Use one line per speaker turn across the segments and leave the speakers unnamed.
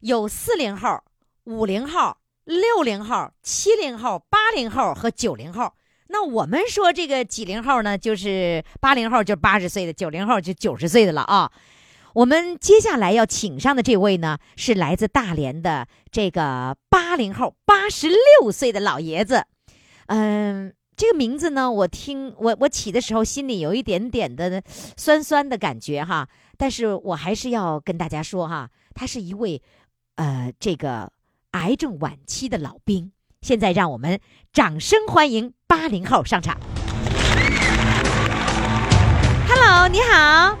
有四零后、五零后、六零后、七零后、八零后和九零后。那我们说这个几零后呢，就是八零后就八十岁的，九零后就九十岁的了啊。我们接下来要请上的这位呢，是来自大连的这个八零后，八十六岁的老爷子。嗯，这个名字呢，我听我我起的时候心里有一点点的酸酸的感觉哈，但是我还是要跟大家说哈，他是一位呃这个癌症晚期的老兵。现在让我们掌声欢迎八零后上场。Hello，你好，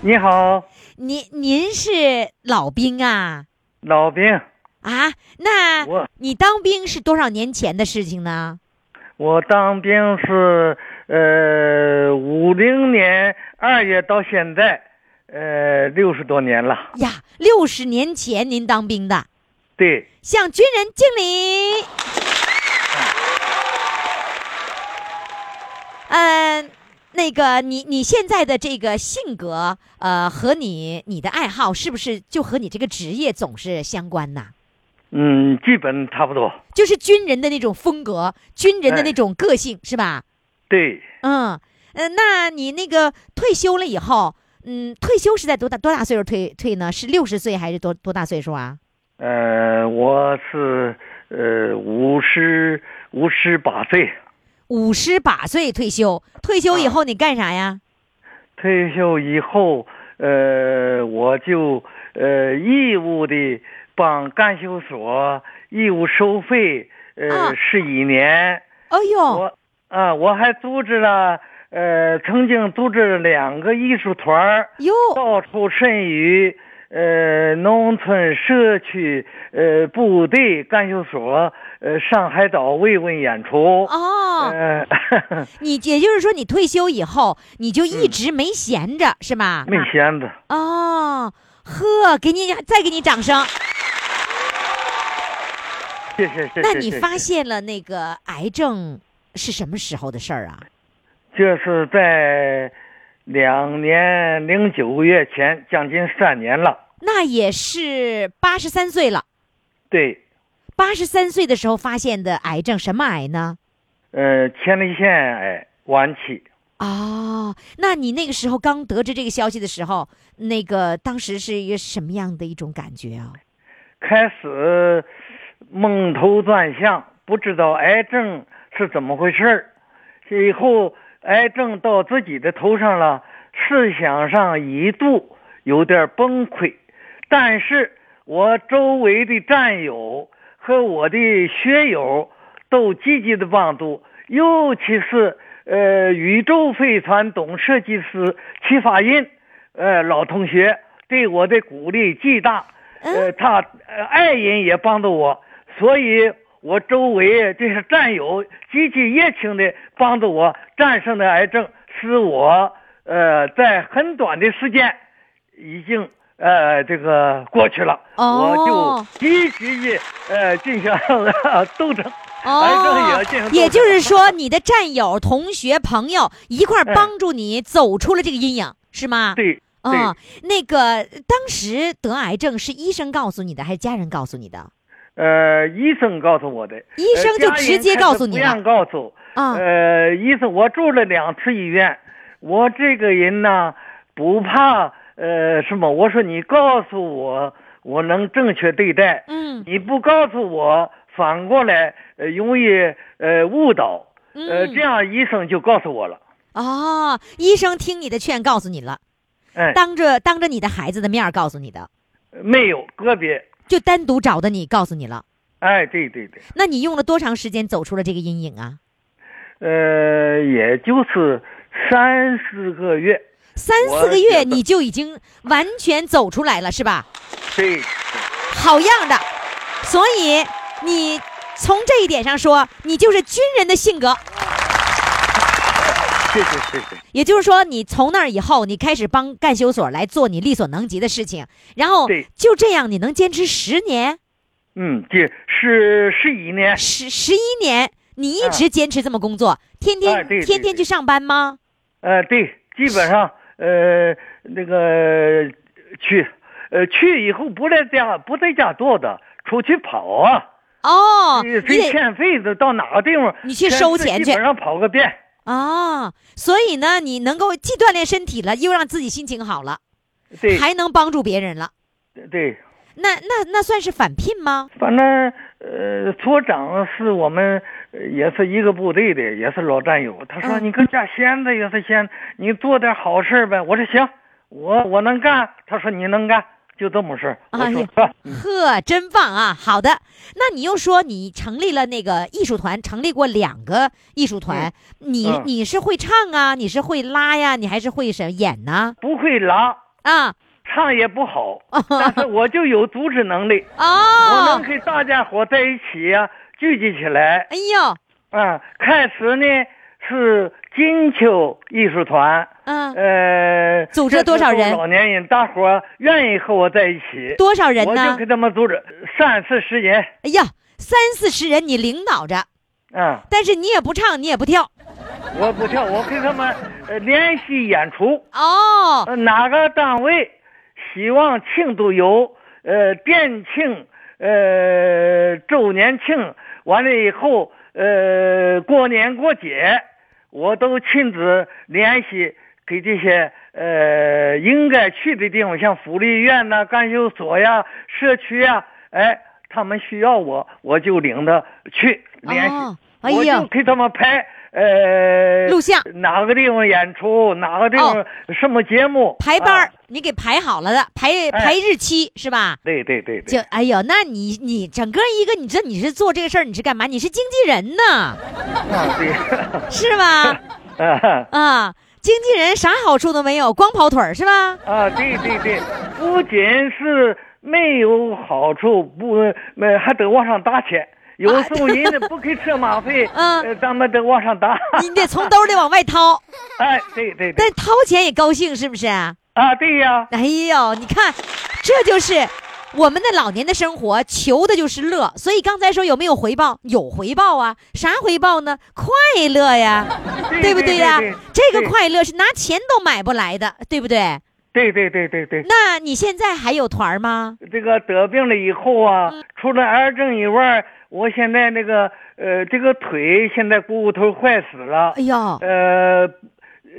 你好，
您您是老兵啊？
老兵，
啊，那
我
你当兵是多少年前的事情呢？
我当兵是呃五零年二月到现在，呃六十多年了。
呀，六十年前您当兵的，
对，
向军人敬礼。嗯，那个你你现在的这个性格，呃，和你你的爱好是不是就和你这个职业总是相关呐？
嗯，基本差不多。
就是军人的那种风格，军人的那
哎
种个性，是吧？
对，
嗯，呃，那你那个退休了以后，嗯，退休是在多大多大岁数退退呢？是六十岁还是多多大岁数啊？
呃，我是呃五十五十八岁，
五十八岁退休，退休以
啊
后你干啥呀？
退休以后，呃，我就呃义务的帮干休所义务收费，
啊
呃十一、年。
哎呦，
我啊，我还组织了，呃，曾经组织了两个艺术团儿，
哟，
到处渗于呃农村、社区、呃部队、干休所、呃上海岛慰问演出。
哦，
呃，
你也就是说你退休以后，你就一直没闲着、是吧？
嗯没闲着，
哦，呵，给你再给你掌声。
谢谢谢谢。
那你
谢谢
发现了那个癌症是什么时候的事儿啊？
这是在两年零九个月前，将近三年了。
那也是八十三岁了。
对，
八十三岁的时候发现的癌症，什么癌呢？
呃，前列腺癌哎晚期。
哦，那你那个时候刚得知这个消息的时候，那个当时是一个什么样的一种感觉啊？
开始蒙头转向，不知道癌症是怎么回事儿。以后癌症到自己的头上了，思想上一度有点崩溃。但是我周围的战友和我的学友都积极的帮助，尤其是呃宇宙飞船总设计师齐法印，呃老同学对我的鼓励极大。呃，他呃爱人也帮助我，所以我周围这些战友极其热情的帮助我战胜了癌症，使我呃在很短的时间已经呃这个过去了，
哦
我就积极的呃进行了 斗争，癌症也
哦
要进行斗，争，
也就是说，你的战友、同学、朋友一块儿帮助你走出了这个阴影，是吗？
哎对对、
啊、那个当时得癌症是医生告诉你的，还是家人告诉你的？
呃医生告诉我的，
医生就直接告诉你
呃家人开始不让
了
告诉。
啊、
呃，医生，我住了两次医院，我这个人呢不怕呃什么，我说你告诉我，我能正确对待，
嗯
你不告诉我，反过来呃容易呃误导，呃
嗯，
这样医生就告诉我了，
哦，医生听你的劝，告诉你了，
哎，
当着当着你的孩子的面儿告诉你的，
没有个别，
就单独找的你，告诉你了。
哎，对对对，
那你用了多长时间走出了这个阴影啊？
呃，也就是三四个月，
三
我
四个
觉
月
得
你就已经完全走出来了，是吧？
对，
好样的！所以你从这一点上说，你就是军人的性格。
谢谢谢谢。
也就是说，你从那儿以后，你开始帮干休所来做你力所能及的事情，然后
对
就这样，你能坚持十年、
嗯，这是十一年，
十十一年，你一直坚持这么工作，天天、
哎对对
天天
对
去上班吗？
呃，对，基本上呃那个去，呃去以后不在家不在家坐着，出去跑啊，
哦，你
呃谁
得
欠费的到哪个地方，
你去收
先
钱
基
去
本上跑个遍。
哦，所以呢，你能够既锻炼身体了，又让自己心情好了，
对
还能帮助别人了。
对，
那那那算是返聘吗？
反正呃，所长是我们呃也是一个部队的，也是老战友。他说：“
嗯
你搁家闲着也是闲，你做点好事儿呗。”我说：“行，我我能干。”他说：“你能干，就这么事儿。”我
哎
说
呀：“
呵
呵，真棒啊！好的，那你又说你成立了那个艺术团，成立过两个艺术团，你、
嗯
你是会唱啊，你是会拉呀，你还是会什演呢？
不会拉，
啊，
唱也不好，但是我就有组织能力，我能
哦，
给大家伙在一起呀、聚集起来。
哎呦，
啊、开始呢是金秋艺术团，
嗯、
呃，
组织了多少人
这时候老年人，大伙儿愿意和我在一起。
多少人
我就
呢
给？他们组织三四十人，
哎呀，三四十人你领导着，
嗯，
但是你也不唱，你也不跳，
我不跳，我给他们呃联系演出，
哦，
呃哪个单位希望庆祝有呃店庆呃周年庆，完了以后呃过年过节，我都亲自联系给这些呃应该去的地方，像福利院呐、干休所呀、社区呀，哎，他们需要我，我就领他去联系。
哦，哎
我就
呀，
给他们拍呃
录像
哪个地方演出，哪个地方、
哦
什么节目
排班儿、
啊哎
你给排好了的，排排日期、是吧？
对对对
就
对，
哎呦，那你你整个一个，你这你是做这个事儿，你是干嘛？你是经纪人呢，
啊对，
是吧？
啊
啊，经纪人啥好处都没有，光跑腿儿是 吧？
啊对对对，不仅是没有好处，不呃还得往上搭钱。有时候人家不给车马费，
啊 嗯
呃咱们得往上搭。
你得从兜里往外掏，
哎，对对对，
但掏钱也高兴，是不是？哎
啊，对呀，
呦，你看，这就是我们的老年的生活，求的就是乐。所以刚才说有没有回报？有回报啊，啥回报呢？快乐呀，
对
不
对
呀？这个
对
快乐是拿钱都买不来的，对不对？
对对对对对。
那你现在还有团儿吗？
这个得病了以后啊，
嗯
除了癌症以外，我现在那个呃，这个腿现在股骨头坏死了
哎，呦，
呃，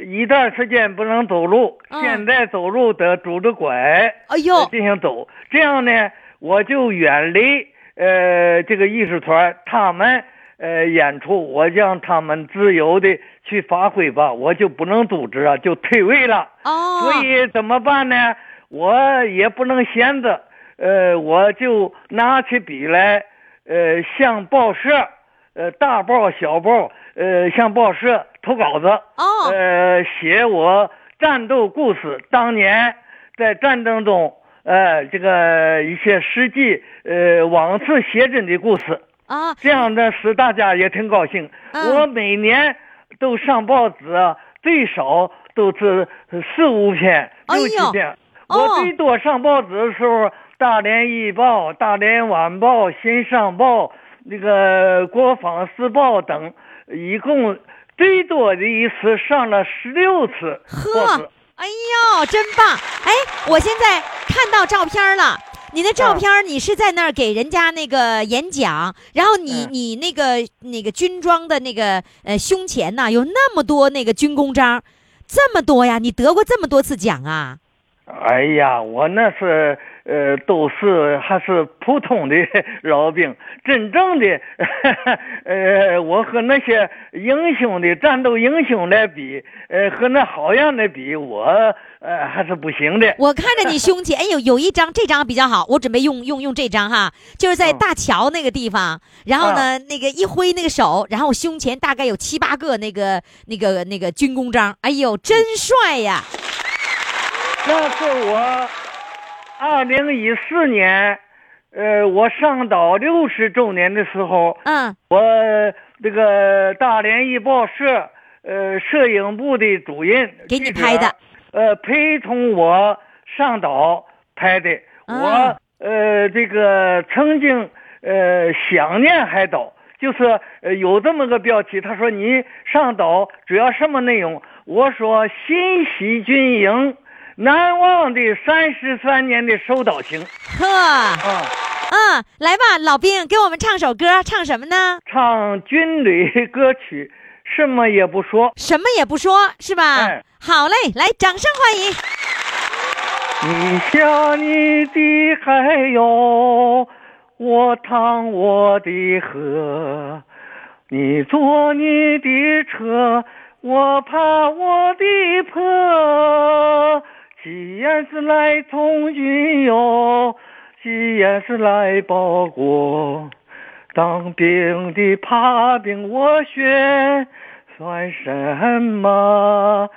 一段时间不能走路，
嗯
现在走路得拄着拐
哎
呃
呦，
进行走，这样呢，我就远离呃这个艺术团，他们呃演出，我让他们自由的去发挥吧，我就不能组织啊，就退位了。
哦，
所以怎么办呢？我也不能闲着，呃，我就拿起笔来，呃，向报社，呃，大报小报，呃，向报社投稿子，
哦，
呃，写我战斗故事，当年在战争中，呃，这个一些实际，呃，往事写真的故事。
啊，
这样的使大家也挺高兴。
嗯
我每年都上报纸啊，最少都是四五篇、
哎呦
六七篇。
哦
我最多上报纸的时候，《大连日报》《大连晚报》《新上报》那个《国防时报》等，一共最多的一次上了十六次报纸
呵。，哎呦，真棒！哎，我现在看到照片儿了。你的
嗯
照片儿，你是在那儿给人家那个演讲，然后你
嗯
你那个那个军装的那个呃胸前呐、有那么多那个军功章，这么多呀！你得过这么多次奖啊？
哎呀，我那是呃，都是还是普通的 老兵，真正的 呃，我和那些英雄的战斗英雄来比，呃，和那好样的比，我呃还是不行的。
我看着你胸前，哎呦，有一张，这张比较好，我准备用用用这张哈，就是在
嗯
大桥那个地方，然后呢，
嗯
那个一挥那个手，然后胸前大概有七八个那个那个那个军功章，哎呦，真帅呀！
那是我二零一四年，
呃，我上岛六十周年的时候，
嗯
我这个大连艺报社呃摄影部的主任
给你
记者
拍的，
呃，陪同我上岛拍的。
啊
我呃，这个曾经呃想念海岛，就是呃有这么个标题，他说你上岛主要什么内容？我说新喜军营难忘的三十三年的守岛行
呵，
啊。
嗯，来吧，老兵，给我们唱首歌，唱什么呢？
唱军旅歌曲，什么也不说。
什么也不说，是吧？
哎
好嘞，来，掌声欢迎！哦
你下你的海哟，我趟我的河，你坐你的车，我爬我的坡。既然是来从军哟，既然是来报国。当兵的怕兵，我学算什么？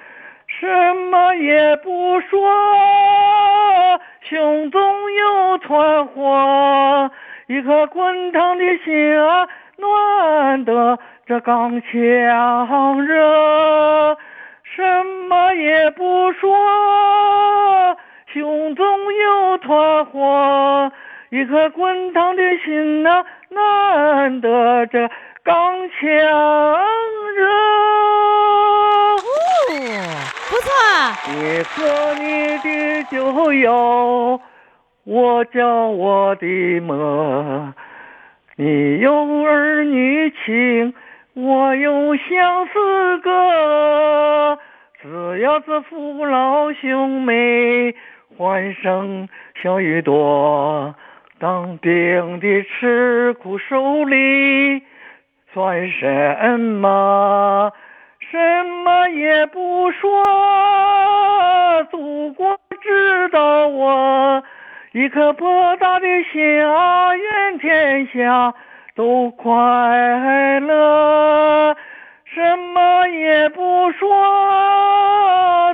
什么也不说，胸中有团火，一颗滚烫的心啊，暖得这钢枪热。什么也不说，胸中有团火，一颗滚烫的心呐、难得这钢啊枪热。
哦，不错，
你做你的酒友，我叫我的么？你有儿女情，我有相思歌。只要是父老兄妹，欢声笑语多。当兵的吃苦受力，算什么？什么也不说，祖国知道我一颗博大的心啊，愿天下都快乐。什么也不说，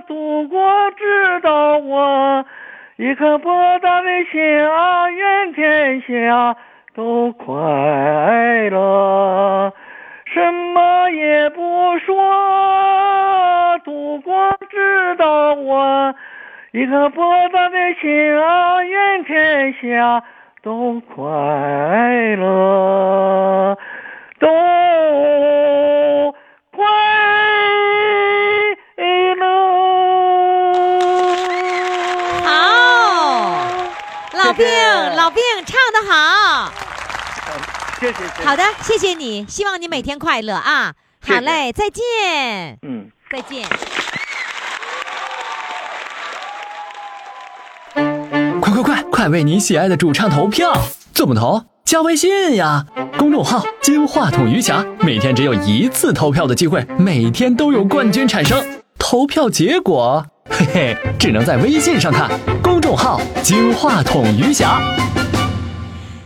祖国知道我一颗博大的心啊，愿天下都快乐。什么也不说，祖国知道我一颗博大的心啊，愿天下都快乐，都快乐。
好老兵
谢谢，
老兵唱得好。
谢谢，谢谢
好，的，谢谢你，希望你每天快乐啊！
谢谢
好嘞，再见，
嗯。
再见。
快快快，快为你喜爱的主唱投票！怎么投？加微信呀，公众号“金话筒余霞”，每天只有一次投票的机会，每天都有冠军产生。投票结果，嘿嘿，只能在微信上看。公众号“金话筒余霞”。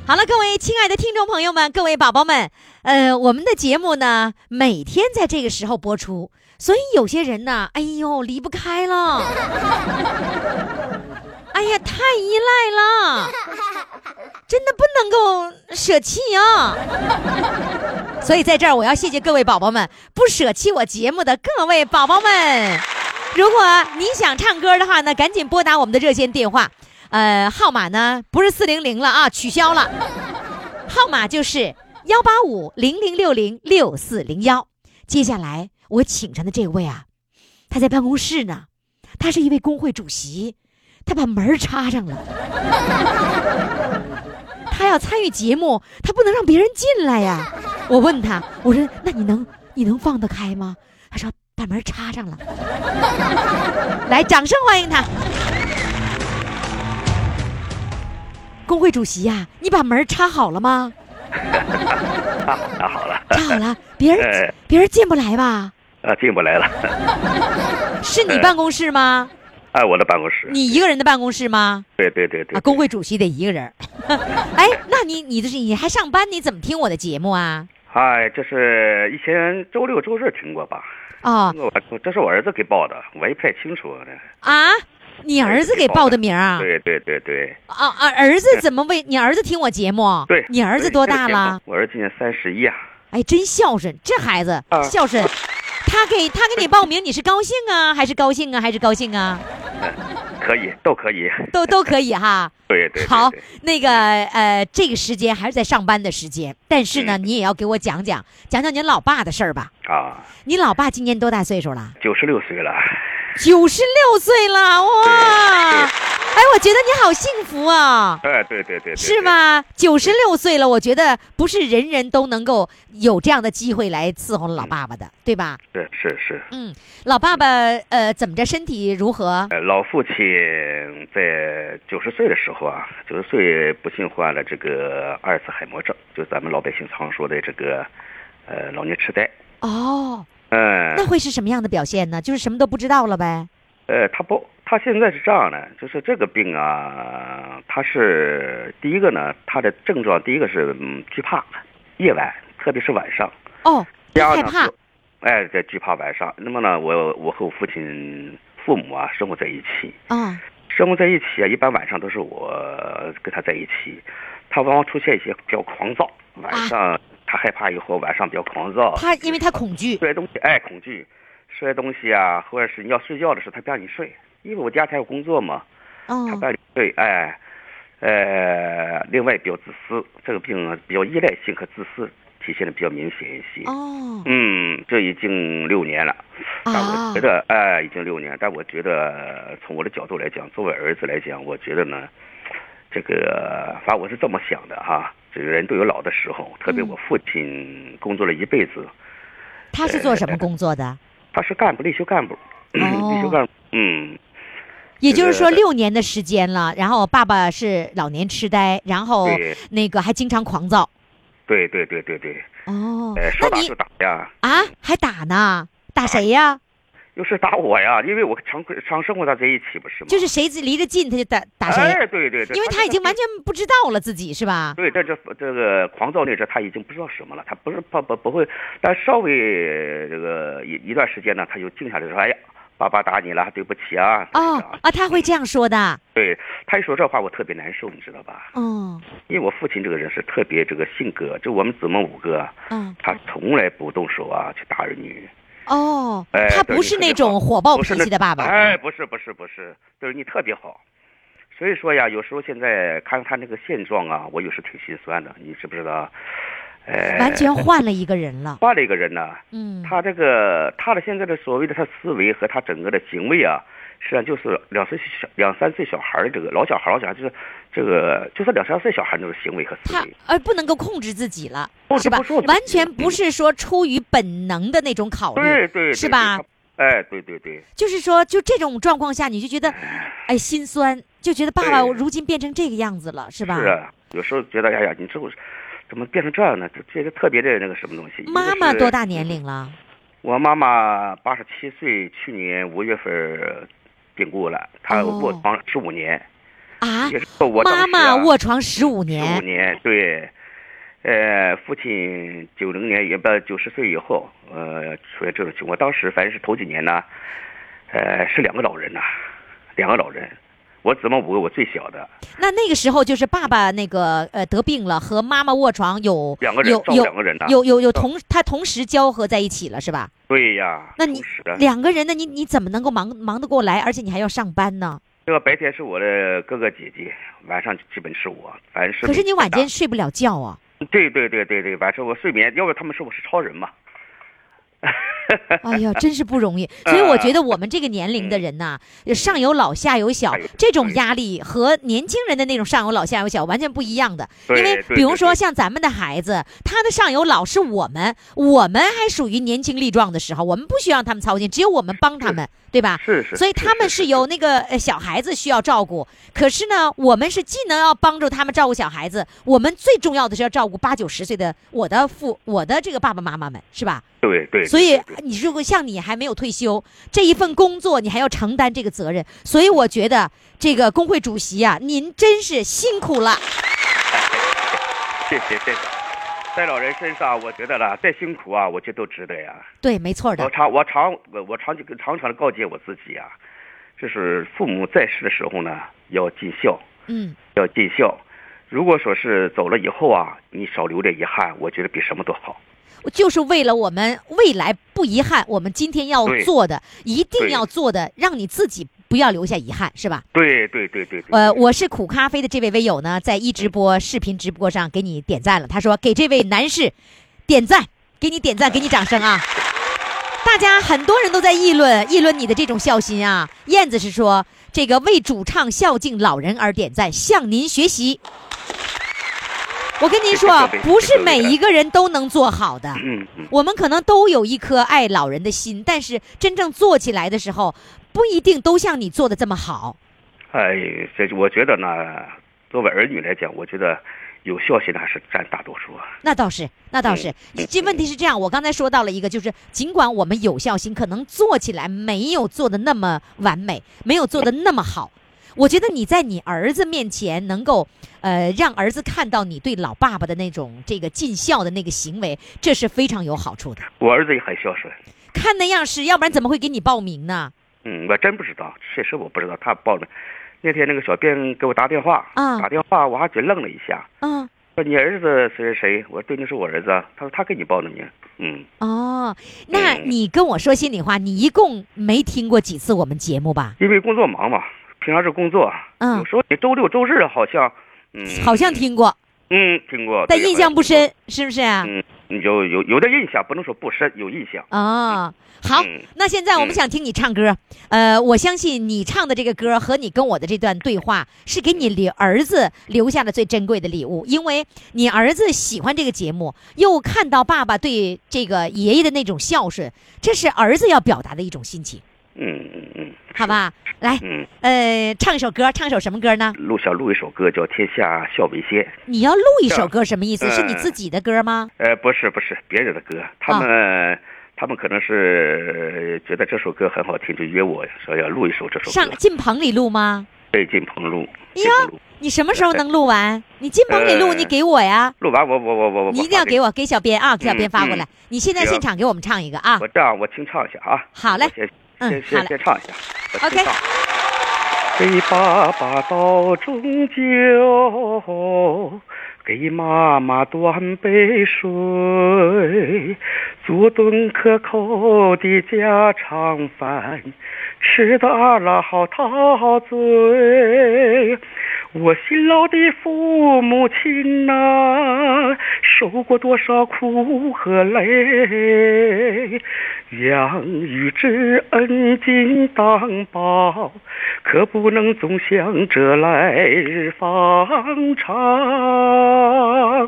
好了，各位亲爱的听众朋友们，各位宝宝们，呃，我们的节目呢，每天在这个时候播出，所以有些人呢，哎呦，离不开了，哎呀，太依赖了，真的不能够舍弃啊。所以在这儿，我要谢谢各位宝宝们不舍弃我节目的各位宝宝们。如果你想唱歌的话呢，赶紧拨打我们的热线电话，呃，号码呢不是四零零了啊，取消了，号码就是幺八五零零六零六四零幺。接下来我请上的这位啊，他在办公室呢，他是一位工会主席，他把门儿插上了。他要参与节目，他不能让别人进来呀。我问他，我说：“那你能你能放得开吗？”他说：“把门插上了。” 来，掌声欢迎他。工会主席呀、你把门插好了吗？
那好了，
插好了，别人
哎
别人进不来吧？
啊，进 不来了。
是你办公室吗？
哎，我的办公室，
你一个人的办公室吗？
对对对对
啊，，工会主席得一个 人儿。哎，那你你的是你还上班，你怎么听我的节目啊？
哎，这是以前周六周日听过吧？
哦
听过吧？这是我儿子给报的，我也不太清楚。
啊，你儿子给报的名儿啊？
对对对对
啊啊！儿子怎么为你儿子听我节目？
对。
你儿子多大了？？
我儿子今年三十一啊。
哎，真孝顺，这孩子
啊
孝顺。他给他给你报名，你是高兴啊，还是高兴啊，还是高兴啊？
可以，都可以。
都都可以哈。
对对对
好
对，
那个呃，这个时间还是在上班的时间，但是
嗯
呢，你也要给我讲讲讲讲您老爸的事儿吧。
啊，
你老爸今年多大岁数了？
九十六岁了，
九十六岁了，哇！
对
哎，我觉得你好幸福啊，
哎，对对对对，
是？吗？九十六岁了，我觉得不是人人都能够有这样的机会来伺候老爸爸的，对吧？
是是是，
嗯，老爸爸呃，怎么着？身体如何？
呃，老父亲在九十岁的时候啊，九十岁不幸患了这个阿尔茨海默症，就咱们老百姓常说的这个，呃，老年痴呆。
哦，
嗯，
那会是什么样的表现呢？就是什么都不知道了呗。
呃，他不，他现在是这样的，就是这个病啊，他是第一个呢，他的症状第一个是、嗯、惧怕，夜晚，特别是晚上。
哦，
第二
害
呢
怕
是，哎，这惧怕晚上。那么呢，我我和我父亲、父母啊生活在一起，
啊，
生活在一起啊，一般晚上都是我跟他在一起，他往往出现一些比较狂躁，晚上、他害怕以后晚上比较狂躁，
啊他因为他恐惧，
摔东西，哎，恐惧，摔东西啊，或者是你要睡觉的时候，他不让你睡，因为我第二天要工作嘛，他
嗯
不让你睡，哎，呃，另外比较自私，这个病啊比较依赖性和自私体现的比较明显一些。
哦
嗯，这已经六年了，但我
啊
觉，得，哎、已经六年，但我觉得从我的角度来讲，作为儿子来讲，我觉得呢，这个，反正我是这么想的哈、这个人都有老的时候，特别
嗯
我父亲工作了一辈子，
他是做什么工作的？
他是干部，退休干部，
哦
退休干部，嗯，
也就是说
这个
六年的时间了，然后爸爸是老年痴呆，然后
对
那个还经常狂躁。
对对对对对，
哦
呃，，说
那
打
你
就打呀，
啊还打呢？打谁呀？
哎又是打我呀，因为我常常生活在在一起，不是吗？
就是谁离得近他就打打谁，
哎，对对对，
因为他已经
完
完全不知道了自己是吧？
对，但这这个狂躁那阵，他已经不知道什么了，他不是不不不会，但稍微这个一一段时间呢，他就静下来说：“哎呀，爸爸打你了，对不起啊。”
哦
啊，
啊，他会这样说的。
对，他一说这话，我特别难受，你知道吧？
嗯
因为我父亲这个人是特别这个性格，就我们姊妹五个，啊
嗯
他从来不动手啊去打儿女，
哦，
哎
他不
对你
是
特别
那种
好
火爆
不是
脾
那
气的爸爸。
哎，不是不是不是，对你特别好。所以说呀，有时候现在看他那个现状啊，我有时挺心酸的，你知不知道？哎，
完全换了一个人 了。
换了一个人呢。
嗯，
他这个他的现在的所谓的他思维和他整个的行为啊，实际上就是两岁小两三岁小孩儿的这个老小孩儿老小孩儿就是这个就是两三岁小孩儿那种行为和思
他
维。
而不能够控制自己了，
控制
是吧
不住自？己
完全不是说出于本能的那种考虑，
对对对，
是吧
对？？他哎，对对对，
就是说，就这种状况下，你就觉得，哎，心酸，就觉得爸爸
对
如今变成这个样子了，是吧？
是啊，有时候觉得哎呀，你这我怎么变成这样呢？这这个特别的那个什么东西。
妈妈多？大年龄了？
我妈妈八十七岁，去年五月份儿病故了，她
哦
卧床十五年，
啊
也，是我当时
妈
啊
妈卧床十五
十五
年，
年，对。呃，父亲九零年也不九十岁以后，呃，出现这种情况。当时反正是头几年呢，呃，是两个老人呐、两个老人。我姊妹五个，我最小的，
那那个时候就是爸爸那个呃得病了，和妈妈卧床有
两个人
有
照顾
有
两个人啊嗯呢
有有有同他同时交合在一起了，是吧？
对呀。
那你
同时啊
两个人，那你你怎么能够忙忙得过来？而且你还要上班呢？
这个白天是我的哥哥姐姐，晚上基本是我，反正是。
可是你晚间。睡不了觉啊！
对对对对对，晚上我睡眠，要不然他们说我是超人嘛。
哎呀，真是不 容易。所以我觉得我们这个年龄的人呐、上有老下有小
啊嗯哎呦，
这种压力和年轻人的那种上有老下有小完全不一样的。因
对
为
对
比如
对
说
对
像咱们的孩子，他的上有老是我们，我们还属于年轻力壮的时候，我们不需要他们操心，只有我们帮他们，对吧？
是是。
啊所以他们是有那个呃小孩子需要照顾，可是呢，我们是既能要帮助他们照顾小孩子，我们最重要的是要照顾八九十岁的我的父我的这个爸爸妈妈们，是吧？
对对。
所以
对对
你如果像你还没有退休，这一份工作你还要承担这个责任，所以我觉得这个工会主席啊，您真是辛苦了。
谢谢谢谢，在老人身上，我觉得啦，再辛苦啊，我觉得都值得呀。
对，没错
我
的，
常我常我我常常常常的告诫我自己啊，就是父母在世的时候呢，要尽孝，
嗯
要尽孝。如果说是走了以后啊，你少留点遗憾，我觉得比什么都好。
我就是为了我们未来不遗憾，我们今天要
对
做的，一定
对
要做的，让你自己不要留下遗憾，是吧？
对对对对对。
呃，我是苦咖啡的这位微友呢，在一直播视频直播上给你点赞了。他说给这位男士点赞，给你点赞，给你掌声啊！大家很多人都在议论议论你的这种孝心啊。燕子是说这个为主唱孝敬老人而点赞，向您学习。我跟您说啊，不是每一个人都能做好的。
嗯嗯，
我们可能都有一颗爱老人的心，但是真正做起来的时候，不一定都像你做的这么好。
哎，这我觉得呢，作为儿女来讲，我觉得有孝心的还是占大多数啊。
那倒是，那倒是。
嗯
这问题是这样，我刚才说到了一个，就是尽管我们有孝心，可能做起来没有做的那么完美，没有做的那么好。我觉得你在你儿子面前能够，呃，让儿子看到你对老爸爸的那种这个尽孝的那个行为，这是非常有好处的。
我儿子也很孝顺。
看那样是，要不然怎么会给你报名呢？
嗯，我真不知道，确实我不知道他报的。那天那个小编给我打电话，
啊
打电话我还给愣了一下，
嗯，
说你儿子谁谁谁？我说对，那是我儿子啊。他说他给你报的名。嗯，
哦，那
嗯
你跟我说心里话，你一共没听过几次我们节目吧？
因为工作忙嘛，平常是工作，啊
嗯
有时候你周六周日好像，嗯，
好像，听过，
嗯，听过，
但
对
印象不。
好像
深，是不是啊？
听过嗯，你就有有的印象，不能说不深，有印象。
啊、好
嗯，
那现在我们
嗯
想听你唱歌。呃，我相信你唱的这个歌和你跟我的这段对话，是给你留儿子留下的最珍贵的礼物，因为你儿子喜欢这个节目，又看到爸爸对这个爷爷的那种孝顺，这是儿子要表达的一种心情，
嗯嗯嗯
好吧？来，
嗯，
呃，唱一首歌，唱一首什么歌呢？
录想录一首歌叫《天下孝为先》。
你要录一首歌，什么意思？
嗯
是你自己的歌吗？
呃，不是不是别人的歌，他们、
啊
他们可能是呃觉得这首歌很好听，就约我说要录一首呃这首
上
歌。
进棚里录吗？
对，进棚录，
哎
进
呀
棚录，
你什么时候能录完？你进棚里录，
呃
你给我呀。
录完我我我我我
你一定要
发
给
我。
我给小编啊，给小编发过来
嗯。
你现在
行
现场给我们唱一个啊
我！这样我清唱一下啊。
好嘞
我先
嗯
先
好
先
嘞
先唱一下。我
OK
清唱。给爸爸倒中酒，给妈妈端杯水，做顿可口的家常饭，吃的俺俩好陶醉。我辛劳的父母亲呐、受过多少苦和累，养育之恩尽当报，可不能总想着来日方长，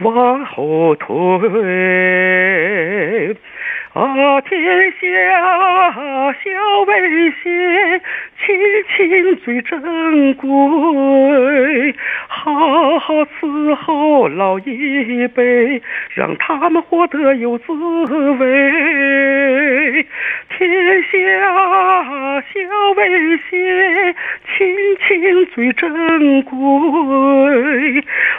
往后退。啊，天下孝为先，亲情最珍贵。好好伺候老一辈，让他们活得有滋味。天下孝为先，亲情最珍贵。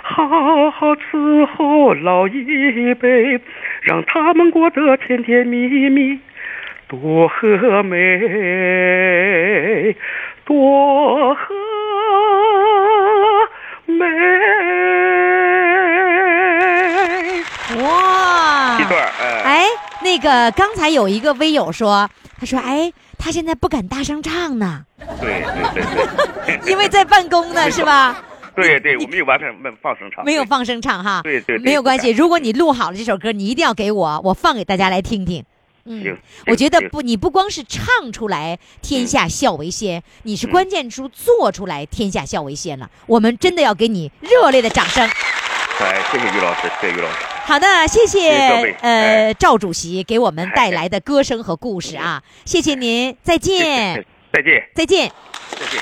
好好伺候老一辈，让他们过得甜甜蜜蜜，多和美，多和美。
哇
一，段儿，哎，
哎，那个刚才有一个微友说，他说，哎，他现在不敢大声唱呢，
对对对
因为在办公呢，是 吧？
对对对，我没有完全没放声唱，
没有放声唱哈。
对对对
没有关系。
不敢
如果你录好了这首歌，你一定要给我，我放给大家来听听。嗯
行，
我觉得
行嗯
不，你不光是唱出来“天下孝为先”，你是关键处做出来“天下孝为先”了。我们真的要给你热烈的掌声。
哎，谢谢于老师，谢谢于老师，
好的，谢谢
谢谢各位
呃
哎
赵主席给我们带来的歌声和故事啊，谢谢您，再
谢谢
见，，
再见，
再见。
再见。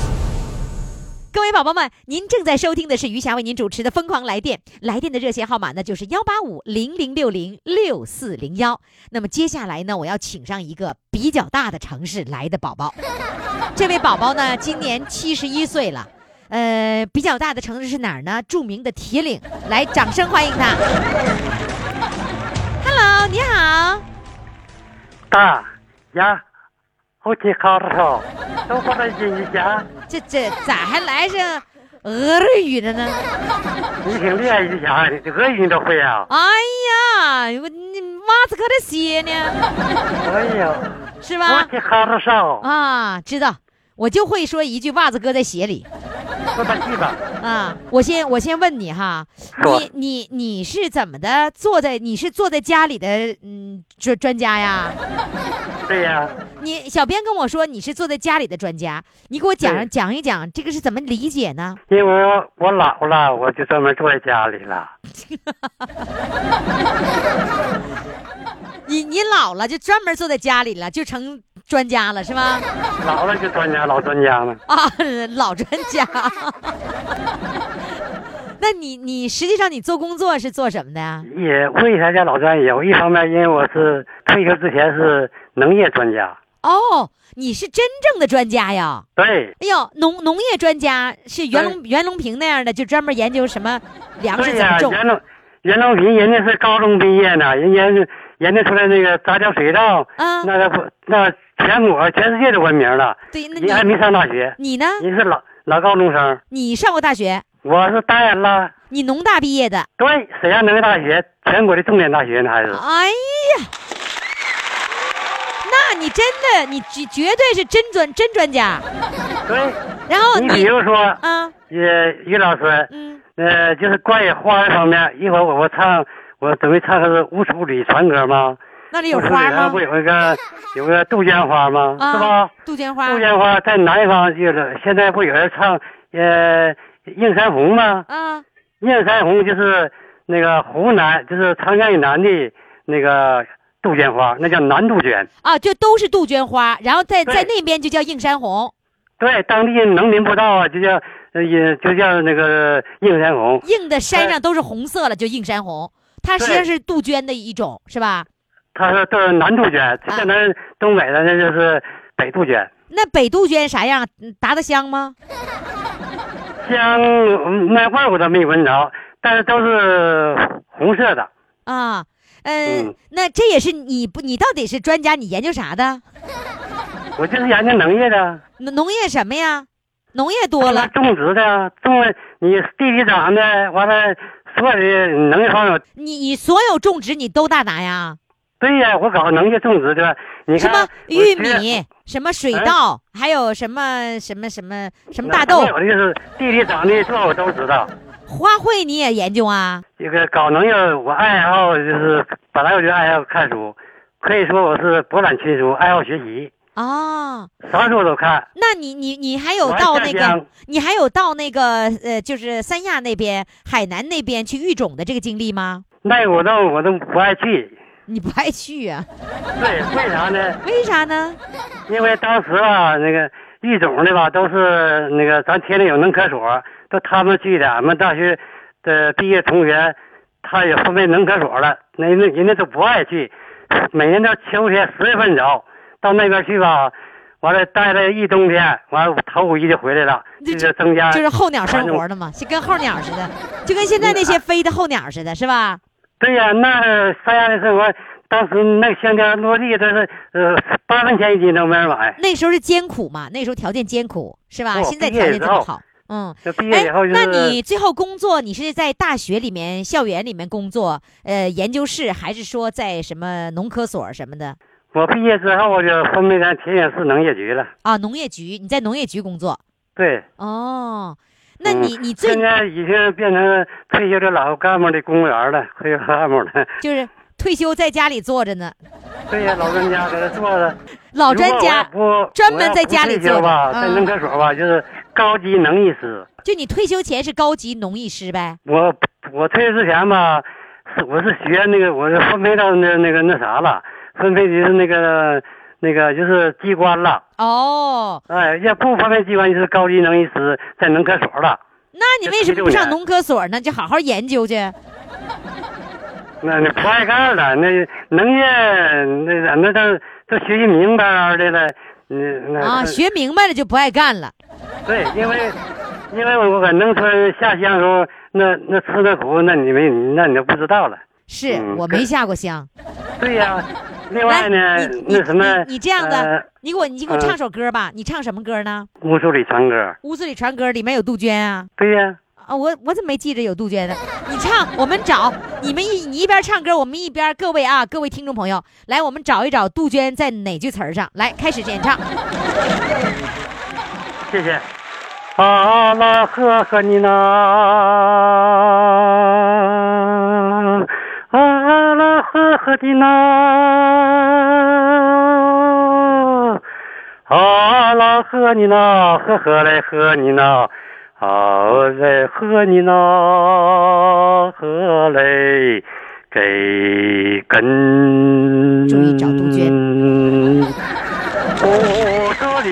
各位宝宝们，您正在收听的是余霞为您主持的《疯狂来电》，来电的热线号码呢就是幺八五零零六零六四零幺。那么接下来呢，我要请上一个比较大的城市来的宝宝，这位宝宝呢今年七十一岁了，呃，比较大的城市是哪儿呢？著名的铁岭，来，掌声欢迎他。Hello，你好，
大呀，我去考考，都不能进一下，
这这咋还来上俄勒语了呢？
你挺厉害一下，你这俄语都会啊？
哎呀，我你挖子可得些呢，
哎呀，
是
我
吧？
去考考，
啊，知道，我就会说一句“袜子搁在鞋里
不咋地吧？”
啊。我先我先问你哈，
说
你你你是怎么的坐在你是坐在家里的嗯专专家呀？
对呀，
你小编跟我说你是坐在家里的专家，你给我讲
对
讲一讲这个是怎么理解呢？
因为我我老了，我就专门住在家里了。
你你老了就专门坐在家里了，就成专家了是吗？
老了就专家，老专家了。
啊，老专家。那你你实际上你做工作是做什么的呀？
也为啥叫老专家？我一方面因为我是退休之前是农业专家，
哦，你是真正的专家呀！
对
哎呦，农农业专家是袁
对
隆袁隆平那样的，就专门研究什么粮食怎
对呀、
么种。
袁隆袁隆平人家是高中毕业呢，人家人家出来那个杂交水稻，
啊
那个不那全国全世界都闻名了，
对，那
人还
你啊
没上大学，
你呢？
人是老老高中生，
你上过大学，
我是当然了，
你农大毕业的。
对沈阳农业大学全国的重点大学呢，还是
哎呀，那你真的，你绝绝对是真专真专家。
对。
然后
你
你
比如说，
啊，
呃，于老师，
嗯，
呃，就是关于花儿方面，一会儿我我唱，我准备唱的是《乌苏里船歌》吗？
那里有
乌苏里
花
上
吗
不？有一个有个杜鹃花吗？是
啊
吧？，
杜鹃花
杜。鹃花在南方就是现在不有人唱呃映山红吗？
啊，
映山红就是那个湖南，就是长江以南的那个杜鹃花，那叫南杜鹃。
啊，就都是杜鹃花，然后在在
对
那边就叫映山红，
对，当地农民不知道啊，就叫呃也就叫那个映山红。
映的山
哎
上都是红色了，就映山红。它实际上
对
是杜鹃的一种，是吧？
他说都是南杜鹃，像咱东北的那就是北杜鹃。
那北杜鹃啥样？嗯达得香吗？
香，嗯那味儿我倒没闻着，但是都是红色的。
啊，呃、
嗯
那这也是你不，你到底是专家，你研究啥的？
我就是研究农业的，
农农业什么呀？农业多了，
种植的，种了你地里长的，完了所有的农业方面，
你你所有种植你都大拿呀？
对呀，我搞农业种植的。你
什
看
么
我
玉
觉得
米，什么水
哎
稻，还有什么什么什么什么
那
大豆
所，有的就是地里长的，这我都知道。
花卉你也研究啊？
这个搞农业，我爱好就是本来我就爱好看书，可以说我是博览群书，爱好学习，
啊，
啥书我都看。
那你你你还有
我还
到
下
那个
乡，
你还有到那个呃，就是三亚那边、海南那边去育种的这个经历吗？
那我都我都不爱去。
你不爱去啊？
对， 为啥呢？
为啥呢？
因为当时啊，那个育种的吧，都是那个咱天津有农科所，都他们去的。俺们大学的毕业同学，他也分配农科所了，那那人家都不爱去，每年到秋天十月份走，到那边去吧，完了待了一冬天，完了头五一就回来了，
就
这就增加
就是候鸟生
反正
活的嘛，就跟候鸟似的，就跟现在那些飞的候鸟似的，是吧？
对呀、那三亚的生活，当时那香蕉落地都是呃八分钱一斤都没人买，
那时候是艰苦嘛，那时候条件艰苦，是吧？
哦
现在
毕业
条件这
之
么
后
好，嗯。
就毕业
哎
以后，就是、
那你最后工作，你是在大学里面、校园里面工作，呃，研究室，还是说在什么农科所什么的
我毕业之后，我就分配到铁岭市农业局了。
啊？农业局，你在农业局工作
对，
哦？那
嗯
你你最
现在已经变成退休的老干部的公务员了，退休干部 了。
就是退休在家里坐着呢，
对呀，老专家搁这坐着。
老专家
如果我不
专门在家里
我要不退休吧，
坐着嗯
在农科所吧，就是高级农艺师。
就你退休前是高级农艺师呗？
我我退休之前吧，是我是学那个，我是分配到那那个那啥了，分配的是那个那个就是机关了，
哦，
哎，要不发配机关就是高级能医师在农科所了。
那你为什么不上农科所呢？就好好研究去。
那那不爱干了，那农业那咱们都都学习明白了的了，嗯，那
啊，学明白了就不爱干了。
对，因为因为我搁农村下乡时候，那那吃的苦，那你没那你就不知道了。
是、
嗯
我没下过乡。
对呀、另
来
外呢
你，你
那什么，
你你这样子，
呃
你给我你给我
呃
唱首歌吧。你唱什么歌呢？
乌苏里船歌，
屋子里传歌里面有杜鹃啊
对呀、
啊！我我怎么没记着有杜鹃呢？你唱，我们找你们一你一边唱歌，我们一边各位啊各位听众朋友，来我们找一找杜鹃在哪句词儿上。来开始演唱。
谢谢。阿拉赫赫尼那，阿拉赫赫的那，阿拉赫尼那，赫赫嘞赫尼那，阿嘞赫尼那，赫嘞给根。
注意找杜鹃
我这里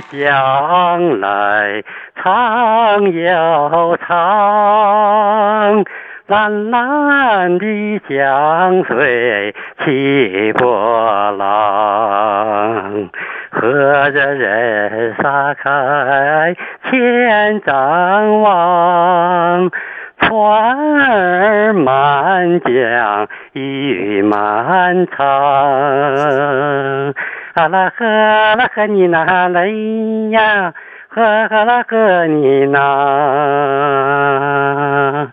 将来唱又唱，蓝蓝的江水起波浪，和着人撒开千张望。船儿满江，一语漫长。啊啦呵啦呵你那嘞呀，呵呵啦呵你那。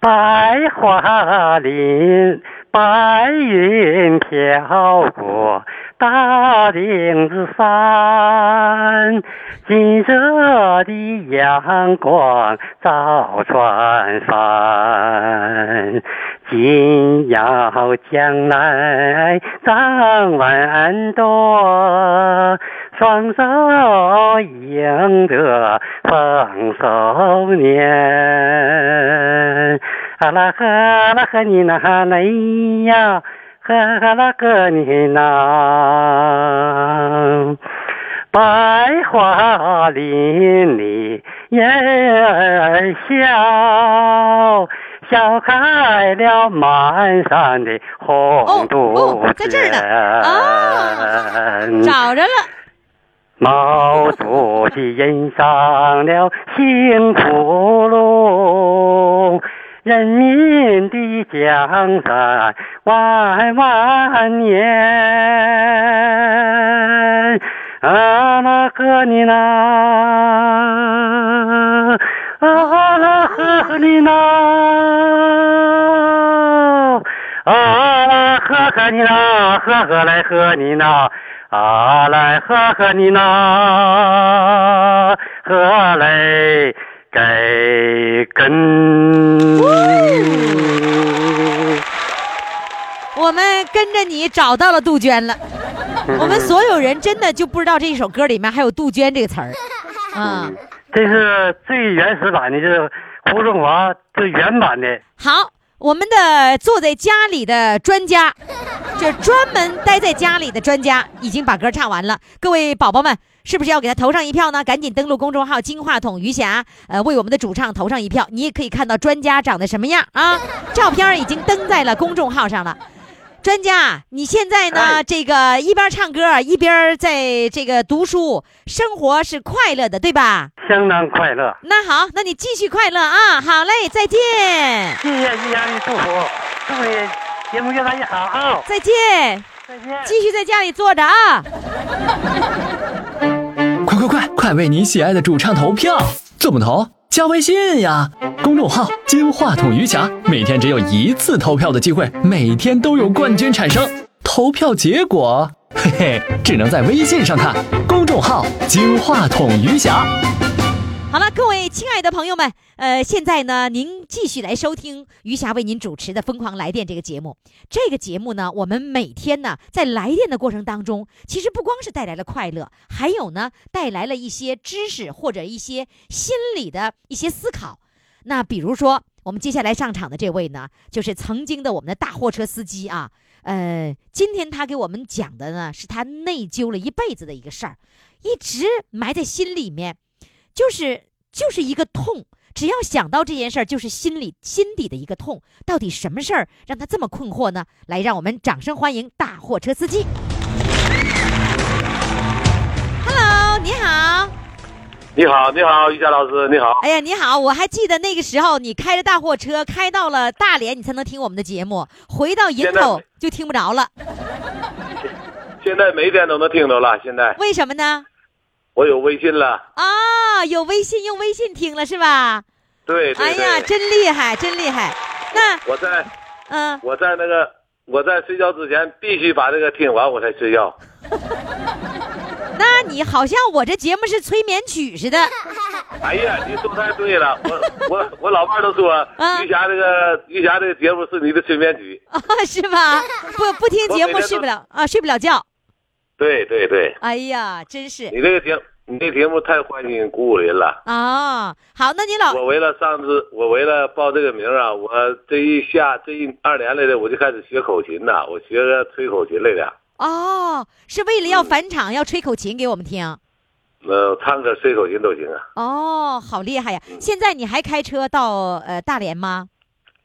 白桦林，白云飘过大岭子山，金色的阳光照船帆，今要将来张文多。双手迎着丰收年，啊啦呵啦呵你那嘞呀，呵呵啦个你那。白桦林里人儿笑，笑开了满山的红
哦
杜
哦在这儿呢
鹃。
找着了，
毛主席印上了幸福路，人民的江山万万年。啊啦呵你啦，啊啦呵你啦。啊啦，呵呵你啦，呵呵来呵你啦，啊来呵呵你啦，呵来给根。
我们跟着你找到了杜鹃了。我们所有人真的就不知道这一首歌里面还有杜鹃这个词儿。啊、
这是最原始版的，就是胡中华最原版的。
好，我们的坐在家里的专家， 这专门待在家里的专家，已经把歌唱完了。各位宝宝们，是不是要给他投上一票呢？赶紧登录公众号“金话筒余霞”，呃，为我们的主唱投上一票。你也可以看到专家长得什么样啊，照片儿已经登在了公众号上了。专家，你现在呢？
哎
这个一边唱歌一边在这个读书，生活是快乐的，对吧？
相当快乐，
那好，那你继续快乐啊！好嘞，再见，
谢谢一阳的祝福，祝你节目越来越好啊！
再见。
再见。
继续在家里坐着啊。
快快快，快为你喜爱的主唱投票！怎么投？加微信呀，公众号“金话筒余霞”，每天只有一次投票的机会，每天都有冠军产生。投票结果，嘿嘿，只能在微信上看。公众号“金话筒余霞”。
好了，各位亲爱的朋友们，呃，现在呢，您继续来收听余霞为您主持的《疯狂来电》这个节目。这个节目呢，我们每天呢在来电的过程当中，其实不光是带来了快乐，还有呢带来了一些知识或者一些心理的一些思考。那比如说，我们接下来上场的这位呢，就是曾经的我们的大货车司机啊，呃，今天他给我们讲的呢，是他内疚了一辈子的一个事儿，一直埋在心里面，就是就是一个痛。只要想到这件事儿，就是心里心底的一个痛。到底什么事儿让他这么困惑呢？来，让我们掌声欢迎大货车司机。Hello，你好。
你好，你好，于佳老师，你好。
哎呀，你好！我还记得那个时候，你开着大货车开到了大连，你才能听我们的节目；回到营
现在
口就听不着了，
现在每天都能听着了，现在
为什么呢？
我有微信了。
啊，有微信用微信听了是吧？
对对
哎
对，
呀，真厉害，真厉害！那
我在
嗯、
我在那个我在睡觉之前必须把这个听完，我才睡觉。
那你好像我这节目是催眠曲似的。
哎呀，你说太对了，我我我老伴儿都 说
嗯
于霞这个于霞这个节目是你的催眠曲。
啊，是吧？不不听节目
我每天都
睡不了啊，睡不了觉。
对对对，
哎呀，真是
你这个节你这节目太欢欣鼓舞人了。
啊。好，那你老
我为了上次，我为了报这个名儿啊，我这一下这一二年来的，我就开始学口琴呐，我学个吹口琴来的。
哦，是为了要返场，要吹口琴给我们听。
呃，唱歌、吹口琴都行啊。
哦，好厉害呀！
嗯
现在你还开车到呃大连吗？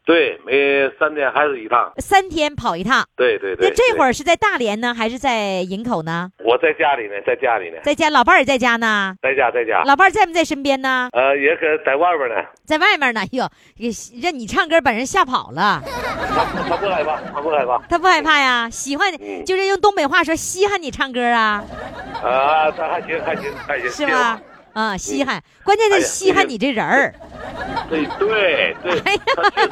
对，每三天还是一趟。
三天跑一趟。
对对对。
那这会
儿
儿是在大连呢，还是在营口呢？
我在家里呢，在家里呢，
在家，老伴儿也在家呢。
在家在家。
老伴儿在不在身边呢？
呃，也可在外边呢，
在外面呢。哟，也让你唱歌把人吓跑了。
他他不害怕，他不害怕。
他不害怕呀，喜欢你，
嗯
就是用东北话说稀罕你唱歌啊，
啊，他还行还行还
是
行。
吧？啊，稀罕，关键是
哎哎呀哎
稀罕你这人儿，
对对对，他确实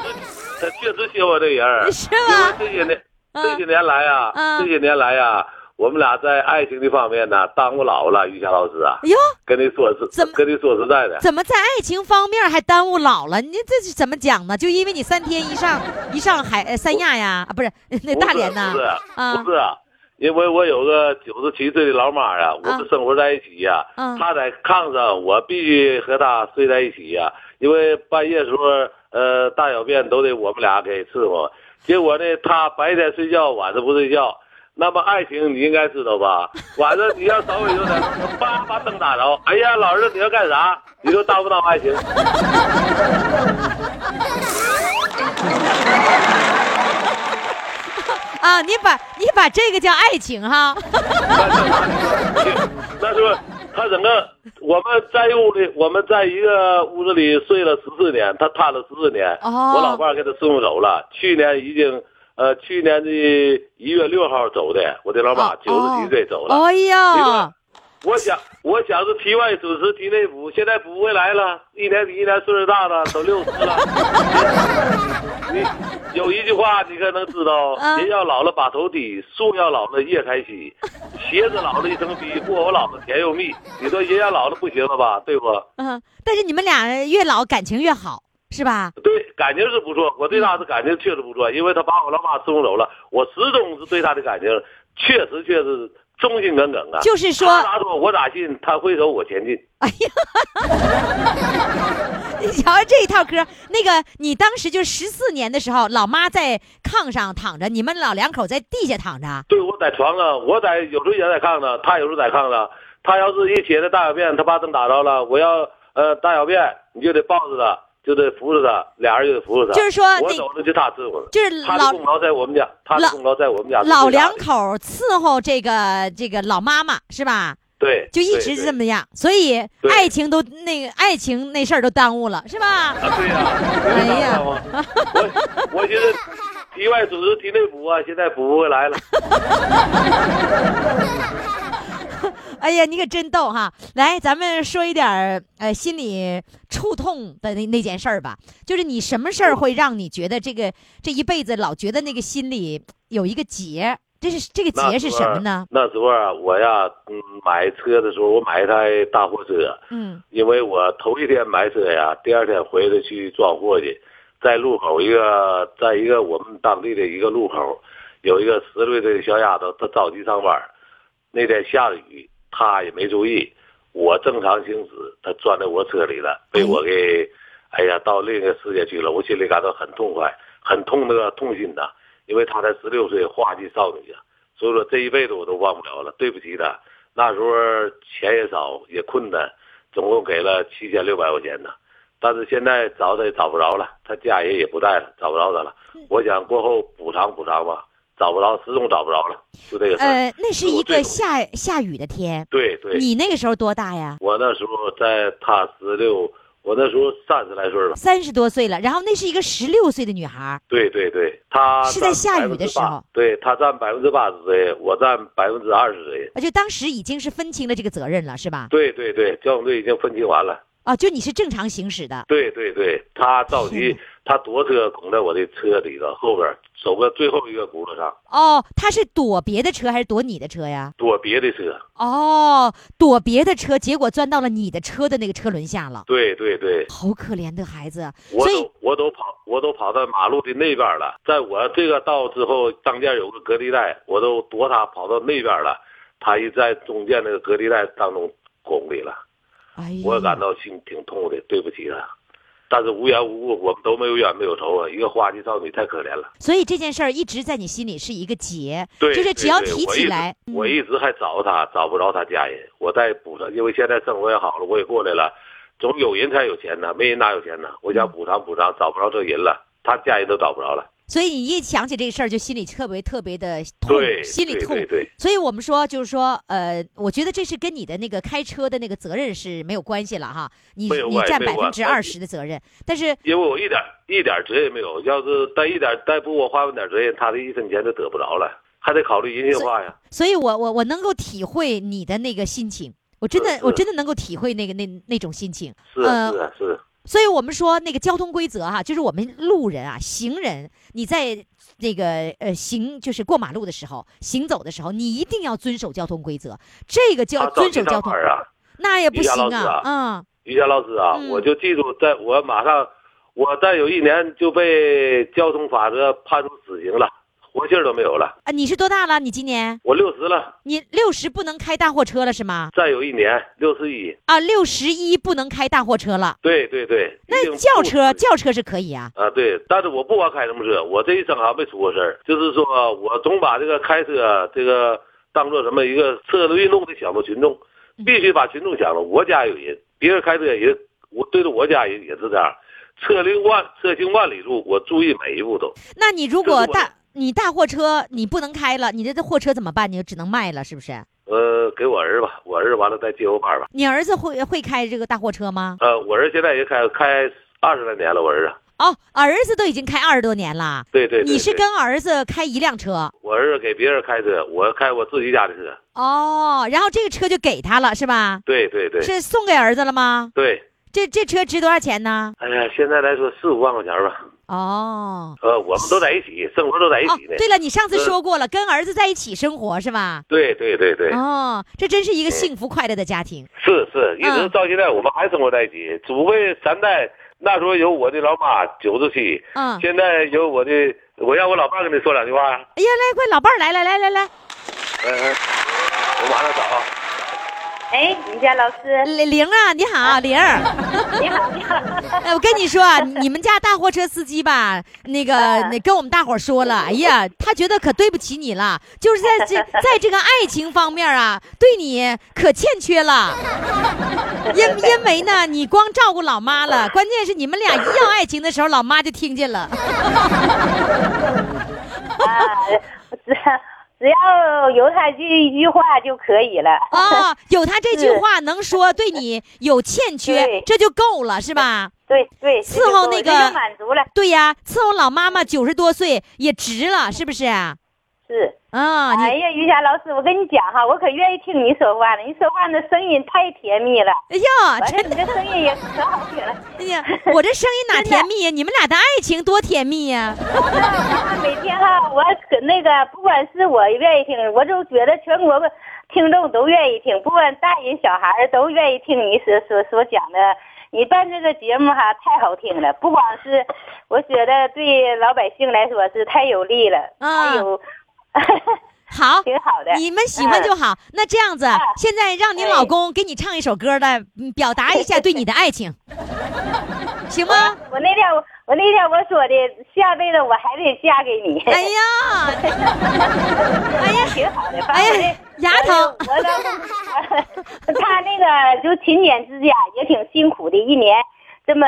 他确实喜欢这人儿。
哎是吧？
因为这些年
嗯
这些年来呀，
嗯
这些年来呀，我们俩在爱情这方面呢，耽误老了，于霞老师啊
哎，呦，
跟你说实
怎么，
跟你说实在的，
怎么在爱情方面还耽误老了？你这是怎么讲呢？就因为你三天一上一上海呃三亚呀，啊，不是那大连呐
不是，
啊
不是，因为我有个九十七岁的老妈啊，我们生活在一起呀、
嗯
她在炕上，我必须和她睡在一起呀、因为半夜时候，呃，大小便都得我们俩给伺候。结果呢，她白天睡觉，晚上不睡觉。那么爱情你应该知道吧？晚上你要稍微有点， 叭把灯打着，哎呀，老儿子你要干啥？你说当不当爱情？
啊！你把你把这个叫爱情哈？
那时候他整个我们在一屋里，我们在一个屋子里睡了十四年，他瘫了十四年，
哦
我老伴儿给他送走了，去年已经。呃，去年的一月六号走的，我的
啊
老
哦
妈九十七岁走了。
哎
你
呀
说，我想，我想是题外主持题内补，现在补不回来了，一年比一年岁数大了，都六十了。 你有一句话你可能知道，
啊
人要老了把头低，树要老了叶开稀，鞋子老了一层皮，木偶老了甜又蜜。你说人要老了不行了吧？对不？
嗯，但是你们俩越老感情越好，是吧？
对，感情是不错，我对他的感情确实不错，因为他把我老妈送走了，我始终是对他的感情确实确实忠心耿耿啊。
就是说
他咋说我咋信，他挥手我前进。
你 瞧这一套歌，那个你当时就十四年的时候，老妈在炕上躺着，你们老两口在地下躺着。啊
对，我在床上，我在有时候也在炕上，他有时候在炕上。他要是一起来大小便，他把灯打着了，我要呃大小便，你就得抱着他，就得扶着他，俩人就得扶着他。
就是说
我
那
走了就他伺候了，
就是
他
老
的功劳在我们家，他的啊
老
功劳在我们家。
老两，口伺候这个这个老妈妈是吧？
对，
就一
对
直是
对
这么样，所以
对
爱情都那个爱情那事儿都耽误了是吧？
啊，对呀、
哎呀
你知道吗我我觉得题外组织题内补啊，现在补不 回来了。
哎呀，你可真逗哈！来，咱们说一点儿呃心里触痛的那那件事儿吧，就是你什么事儿会让你觉得这个这一辈子老觉得那个心里有一个结？这是这个
那
结是
时
什
候
么呢？？
那时候啊，我呀，嗯，买车的时候，我买一台大货车。
嗯，
因为我头一天买车呀，第二天回来去装货去，在路口一个，在一个我们当地的一个路口，有一个十六岁的小丫头，她着急上班儿，那天下雨，她也没注意，我正常行驶，她钻在我车里了，被我给，哎呀，到另一个世界去了，我心里感到很痛快，很痛那个痛心呐，因为她才十六岁，花季少女呀、所以说这一辈子我都忘不了了，对不起她。那时候钱也少，也困难，总共给了七千六百块钱呢。但是现在找她也找不着了，她家人也不在了，找不着她了。我想过后补偿补偿吧，找不着，始终找不着了，就这个事儿。
呃，那是一
我最
个
懂
下下雨的天，
对对，
你那个时候多大呀？
我那时候在她十六，我那时候三十来岁吧。
三十多岁了，然后那是一个十六岁的女孩儿，
对对对，他
是在下雨的时候，
对他占百分之八十谁，我占百分之二十谁。
啊，就当时已经是分清了这个责任了，是吧？
对对对，交警队已经分清完了。
啊，就你是正常行驶的，
对对对，他着
天
急，他躲车拱在我的车里头后边儿，走个最后一个轱辘上，
哦，她是躲别的车还是躲你的车呀？
躲别的车。
哦，躲别的车，结果钻到了你的车的那个车轮下了，
对对对，
好可怜的孩子。啊
我
所以
都我都跑我都跑到马路的那边儿了，在我这个道之后，中间有个隔离带，我都躲他跑到那边儿了，他一在中间那个隔离带当中拱里了。
哎呀，
我也感到心挺痛的，对不起他。但是无缘无故，我们都没有冤没有仇啊！一个花季少女太可怜了。
所以这件事儿一直在你心里是一个结，
对，
就是只要
对对
提起来，嗯
我一直我一直还找她，找不着她家人。我再补偿，因为现在生活也好了，我也过来了，总有人才有钱呢，没人哪有钱呢？我
嗯
想补偿补偿，找不着这人了，她家人都找不着了。
所以你一想起这个事儿，就心里特别特别的痛
对，，
心里
对
痛
对。对
所以我们说，就是说，呃，我觉得这是跟你的那个开车的那个责任是没有关系了哈，你
没有
你
关系
占
没
百分
有关
之
系
二十的责任，但是
因为我一点一点责任没有，要是担一点再不我花分点责任，她的一分钱都得不着了，还得考虑人性化呀。
所以我我我能够体会你的那个心情，我真的
是
我真的能够体会那个那那种心情。
是啊
呃
是啊是啊，
所以我们说那个交通规则哈、就是我们路人啊、行人，你在那个呃行就是过马路的时候、行走的时候，你一定要遵守交通规则。这个
她
叫
着
遵
急
守
上
交通
班，啊。
那也不行
李亚老师
啊，嗯，
于谦老师啊，
嗯
我就记住，在我马上，我再有一年就被交通法则判处死刑了，活信儿都没有了。
啊，你是多大了？你今年
我六十了，
你六十不能开大货车了是吗？
再有一年六十一，
啊，六十一不能开大货车了。
对对对。一定
那
不
轿车轿车是可以啊，
啊，对，但是我不管开什么车，我这一生还没出过事儿。就是说我总把这个开车啊这个当做什么一个策略运动的小的群众，
嗯
必须把群众想了。我家有人，别人开车也，我对着我家人也是这样。车龄万车行万里路，我注意每一步都。
那你如
就是
果
我
大你大货车你不能开了，你的这货车怎么办？你就只能卖了，是不是？
呃，给我儿吧，我儿完了再接我班儿吧。
你儿子会会开这个大货车吗？
呃，我儿现在也开开二十来年了，我儿啊，
哦，儿子都已经开二十多年了。
对对对
你是
对
跟儿子开一辆车
我儿子给别人开车，我开我自己家的车，
哦，然后这个车就给他了是吧？
对对对
是送给儿子了吗？
对。
这这车值多少钱呢？
哎呀，现在来说四五万块钱吧，
哦。
呃，我们都在一起，生活都在一
哦
起呢，。
对了，你上次
嗯
说过了，跟儿子在一起生活是吧？
对对对对，
哦，这真是一个幸福快乐的家庭。
是是，一直
嗯
到现在我们还生活在一起，只不过三代那时候有我的老妈九十七，
嗯，
现在有我的，我让我老伴跟你说两句话，
哎呀，来，快，老伴儿来来来来来，
嗯、嗯，我马上找啊。
哎，李佳老师，
玲玲啊，你好，玲儿。
你好，你好。
哎，我跟你说啊，你们家大货车司机吧，那个
嗯
那跟我们大伙儿说了，哎呀，他觉得可对不起你了，就是在这在这个爱情方面啊，对你可欠缺了。因因为呢，你光照顾老妈了，关键是你们俩一要爱情的时候，老妈就听见了。
啊，只只要有他这一句话就可以了。
啊，有他这句话能说对你有欠缺
嗯对，
这就够了，是吧？
对对，
伺候那个
这就够这就满足了，
对呀，伺候老妈妈九十多岁也值了，是不是啊？
是。
啊，
哎
你
呀，于霞老师，我跟你讲哈，我可愿意听你说话了，你说话那声音太甜蜜了，
哎呀，
完了
真
你这声音也可好听了。
哎呀，我这声音哪甜蜜呀？你们俩的爱情多甜蜜呀！
啊， 每天哈，我可那个，不管是我愿意听，我就觉得全国的听众都愿意听，不管大人小孩儿都愿意听你所所所讲的。你办这个节目哈，太好听了，不光是我觉得对老百姓来说是太有利了，
啊
还有
好，
挺好的。
你们喜
嗯
欢就好。那这样子，现在让你
哎
老公给你唱一首歌来嗯表达一下对你的爱情，行吗？
我那天我我那天我说的，下辈子我还得嫁给你。
哎呀，
哎呀， 挺好的。
哎呀牙疼
我我 当他那个就勤俭持家，也挺辛苦的，一年这么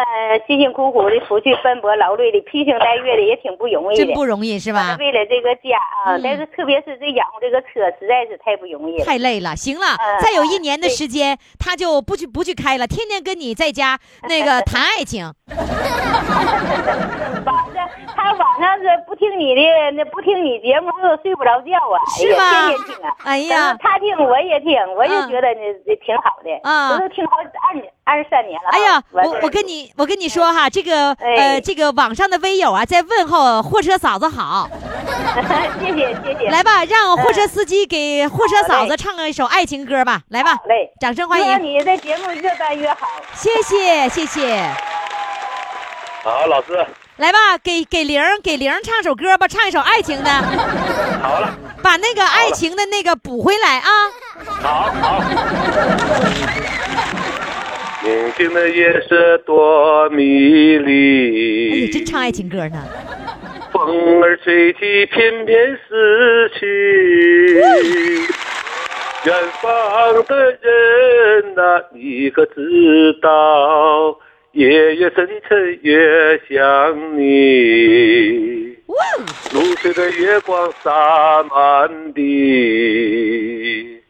辛辛苦苦的出去奔波劳累的，披星戴月的，也挺不容易的。
真不容易是
完了
吧？
为了这个家啊，
嗯
但是特别是这养活这个车，实在是太不容易了。
太累了，行了，
嗯
再有一年的
对
时间，他就不去不去开了，天天跟你在 家那个谈爱情。
晚上他晚上是不听你的，那不听你节目，都睡不着觉啊，
是吗
哎呀，天天听啊。
哎呀
反正他听我也听，我也
嗯
觉得你这挺好的，
啊
我都听好二年二十三年了啊。
哎 呀，
我
我我跟你我跟你说哈，这个呃
哎
这个网上的微友啊，在问候货车嫂子好，
谢谢谢嗯谢，
来吧，让货车司机给货车嫂
好
子
嘞
唱一首爱情歌吧，来吧
好，嘞，
掌声欢
希望
迎，
你的节目越办越好。
谢谢谢谢，
好，老师，
来吧，给给玲儿给玲儿唱首歌吧，唱一首爱情的，
好了，
把那个爱情的那个补回来啊。
好 好。宁静的夜色多迷
哎
离，
呀，真唱爱情歌呢，
风儿吹起，翩翩逝去。远方的人呐、你可知道？夜夜深沉越想你，
哇哦，
露水的月光洒满地，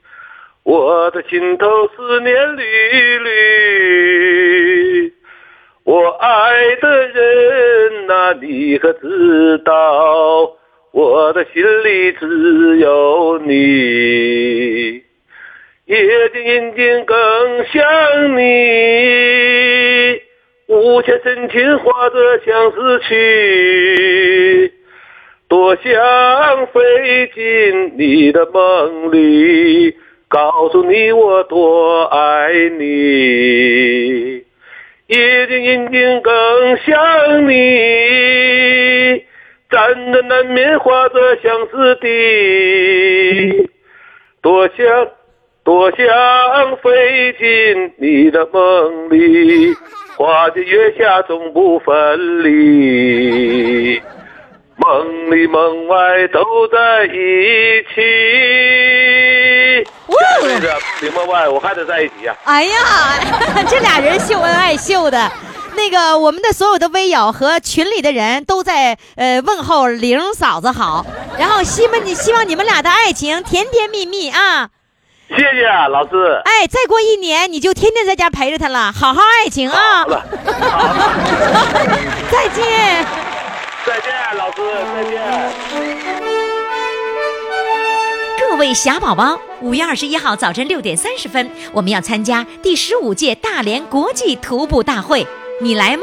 我的心头思念缕缕。我爱的人呐、你可知道？我的心里只有你，夜静人静更想你，无限深情化作相思曲，多想飞进你的梦里，告诉你我多爱你。夜静人静更想你，辗转难眠化作相思滴，多想多想飞进你的梦里，花前月下总不分离，梦里梦外都在一起。
哇哦
对的，梦里梦外我还得在一起呀、
哎呀， 这俩人秀恩爱秀的。那个，我们的所有的微友和群里的人都在呃问候玲儿嫂子好，然后希望你希望你们俩的爱情甜甜蜜蜜啊！
谢谢啊，老师。
哎，再过一年你就天天在家陪着他了，好好爱情啊
好！了，
再见。
再见，老师，再见。
各位小宝宝，五月二十一号早晨六点三十分，我们要参加第十五届大连国际徒步大会，你来吗？